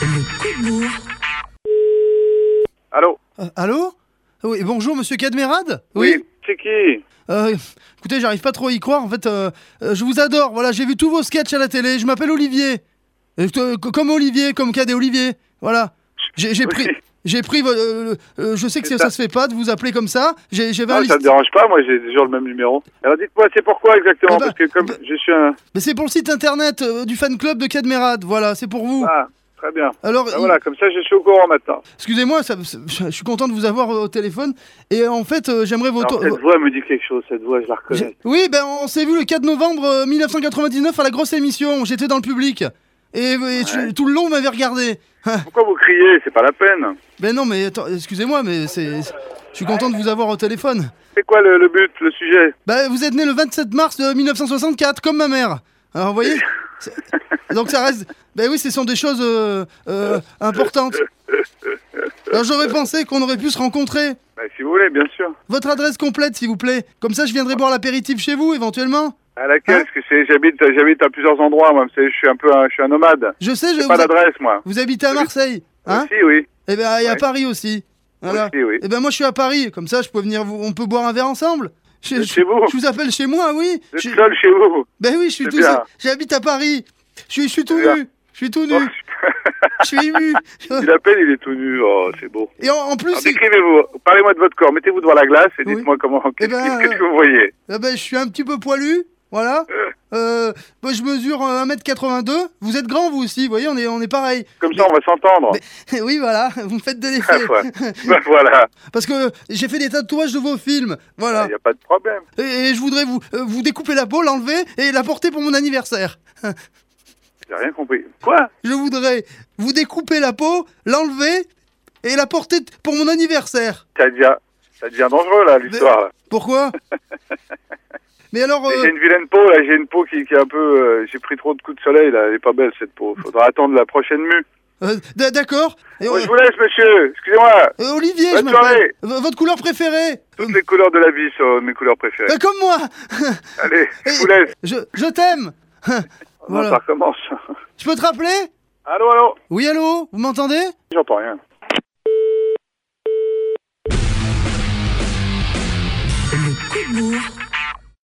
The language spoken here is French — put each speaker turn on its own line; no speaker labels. le coup de bourre.
Allô
Euh, allô Oui, bonjour monsieur Cadmerad
C'est qui
Euh, écoutez, j'arrive pas trop à y croire. En fait, euh, euh, je vous adore. Voilà, j'ai vu tous vos sketchs à la télé. Je m'appelle Olivier. Euh, euh, co- comme Olivier, comme Cadet Olivier. Voilà. J'ai j'ai
Oui.
pris. J'ai pris. vo- euh, euh, je sais que
C'est
ça.
ça.
se fait pas de vous appeler comme ça. J'ai j'ai
Ah,
vingt
Ça me
listes.
dérange pas, moi j'ai toujours le même numéro. Alors dites-moi, c'est pourquoi exactement
Ah bah,
Parce que comme
bah-
je suis un...
Mais c'est pour le site internet euh, du fan club de Cadmerad. Voilà, c'est pour vous.
Ah, très bien.
Alors,
Ah, voilà, comme ça je suis au courant maintenant.
excusez-moi, ça- ça- je suis content de vous avoir au téléphone. Et euh, en fait, euh, j'aimerais vos.
Alors, cette voix me dit quelque chose, cette voix je la reconnais.
J'ai- Oui, ben on s'est vu le 4 novembre euh, 1999 à la grosse émission, j'étais dans le public. Et, et tu- tout le long, vous m'avez regardé.
Pourquoi vous criez C'est pas la peine.
Ben non, mais attends, excusez-moi, mais c'est. c'est- Je suis content de vous avoir au téléphone.
C'est quoi le, le but, le sujet
Ben, vous êtes né le 27 mars de 1964, comme ma mère. Alors, vous voyez c'est- Donc, ça reste. Ben oui, ce sont des choses euh, euh, importantes. Alors, j'aurais pensé qu'on aurait pu se rencontrer.
Bah, Si vous voulez, bien sûr.
Votre adresse complète, s'il vous plaît. Comme ça, je viendrai boire l'apéritif chez vous, éventuellement.
À laquelle
Hein
Parce que c'est- j'habite, j'habite à plusieurs endroits, moi. Vous savez, je suis un peu un, je suis un nomade.
Je sais, je,
J'ai
vous,
pas d'adresse, moi.
vous habitez à Marseille. Hein
Aussi, oui.
Eh ben, et à
Ouais.
Paris aussi. Voilà.
Aussi, oui.
Eh ben, moi, je suis à Paris. Comme ça, je peux venir. Vous... On peut boire un verre ensemble. Je,
Vous êtes
je-
chez vous
je vous appelle chez moi, oui.
Vous
Je-
êtes seul chez vous.
Ben oui, je suis
C'est
tout
bien.
seul. J'habite à Paris. Je suis, je suis tout
C'est bien.
nu. Je suis tout
Oh,
nu. Je suis ému.
il appelle, il est tout nu. Oh, c'est beau.
Et en, en plus,
Alors,
c'est-
Ah, Décrivez-vous. Parlez-moi de votre corps. Mettez-vous devant la glace et
Oui.
dites-moi comment. Qu'est-ce
ben,
qui- qu'est-ce
euh,
que vous voyez
eh ben, je suis un petit peu poilu. Voilà. Euh, moi, je mesure euh, 1m82. Vous êtes grand, vous aussi. Vous voyez, on est, on est pareil.
Comme ça, on va s'entendre.
oui, voilà. Vous me faites de
Ah,
l'effet.
ouais. Ben, voilà.
Parce que j'ai fait des tatouages de vos films.
Il
Voilà.
n'y a pas de problème.
Et, et je voudrais vous, euh, vous découper la peau, l'enlever et la porter pour mon anniversaire.
J'ai rien compris. Quoi
Je voudrais vous découper la peau, l'enlever et la porter t- pour mon anniversaire.
Ça devient, ça devient dangereux, là, l'histoire.
euh,
là.
Pourquoi Mais alors,
Et
euh,
J'ai une vilaine peau, là. J'ai une peau qui, qui est un peu. euh, J'ai pris trop de coups de soleil, là. Elle est pas belle, cette peau. Faudra attendre la prochaine mue.
euh, d- d'accord. Et,
Bon,
euh,
je vous laisse, monsieur. Excusez-moi.
euh, Olivier, je
bonne
m'appelle. V- Votre couleur préférée
Toutes les couleurs de la vie sont mes couleurs préférées.
Euh, Comme moi
Allez, je vous
Et-
laisse.
Je, je t'aime
Non,
voilà.
Ça recommence.
Je peux te rappeler
Allô, allô
Oui, allô Vous m'entendez
J'entends rien.
Le coup de bourre.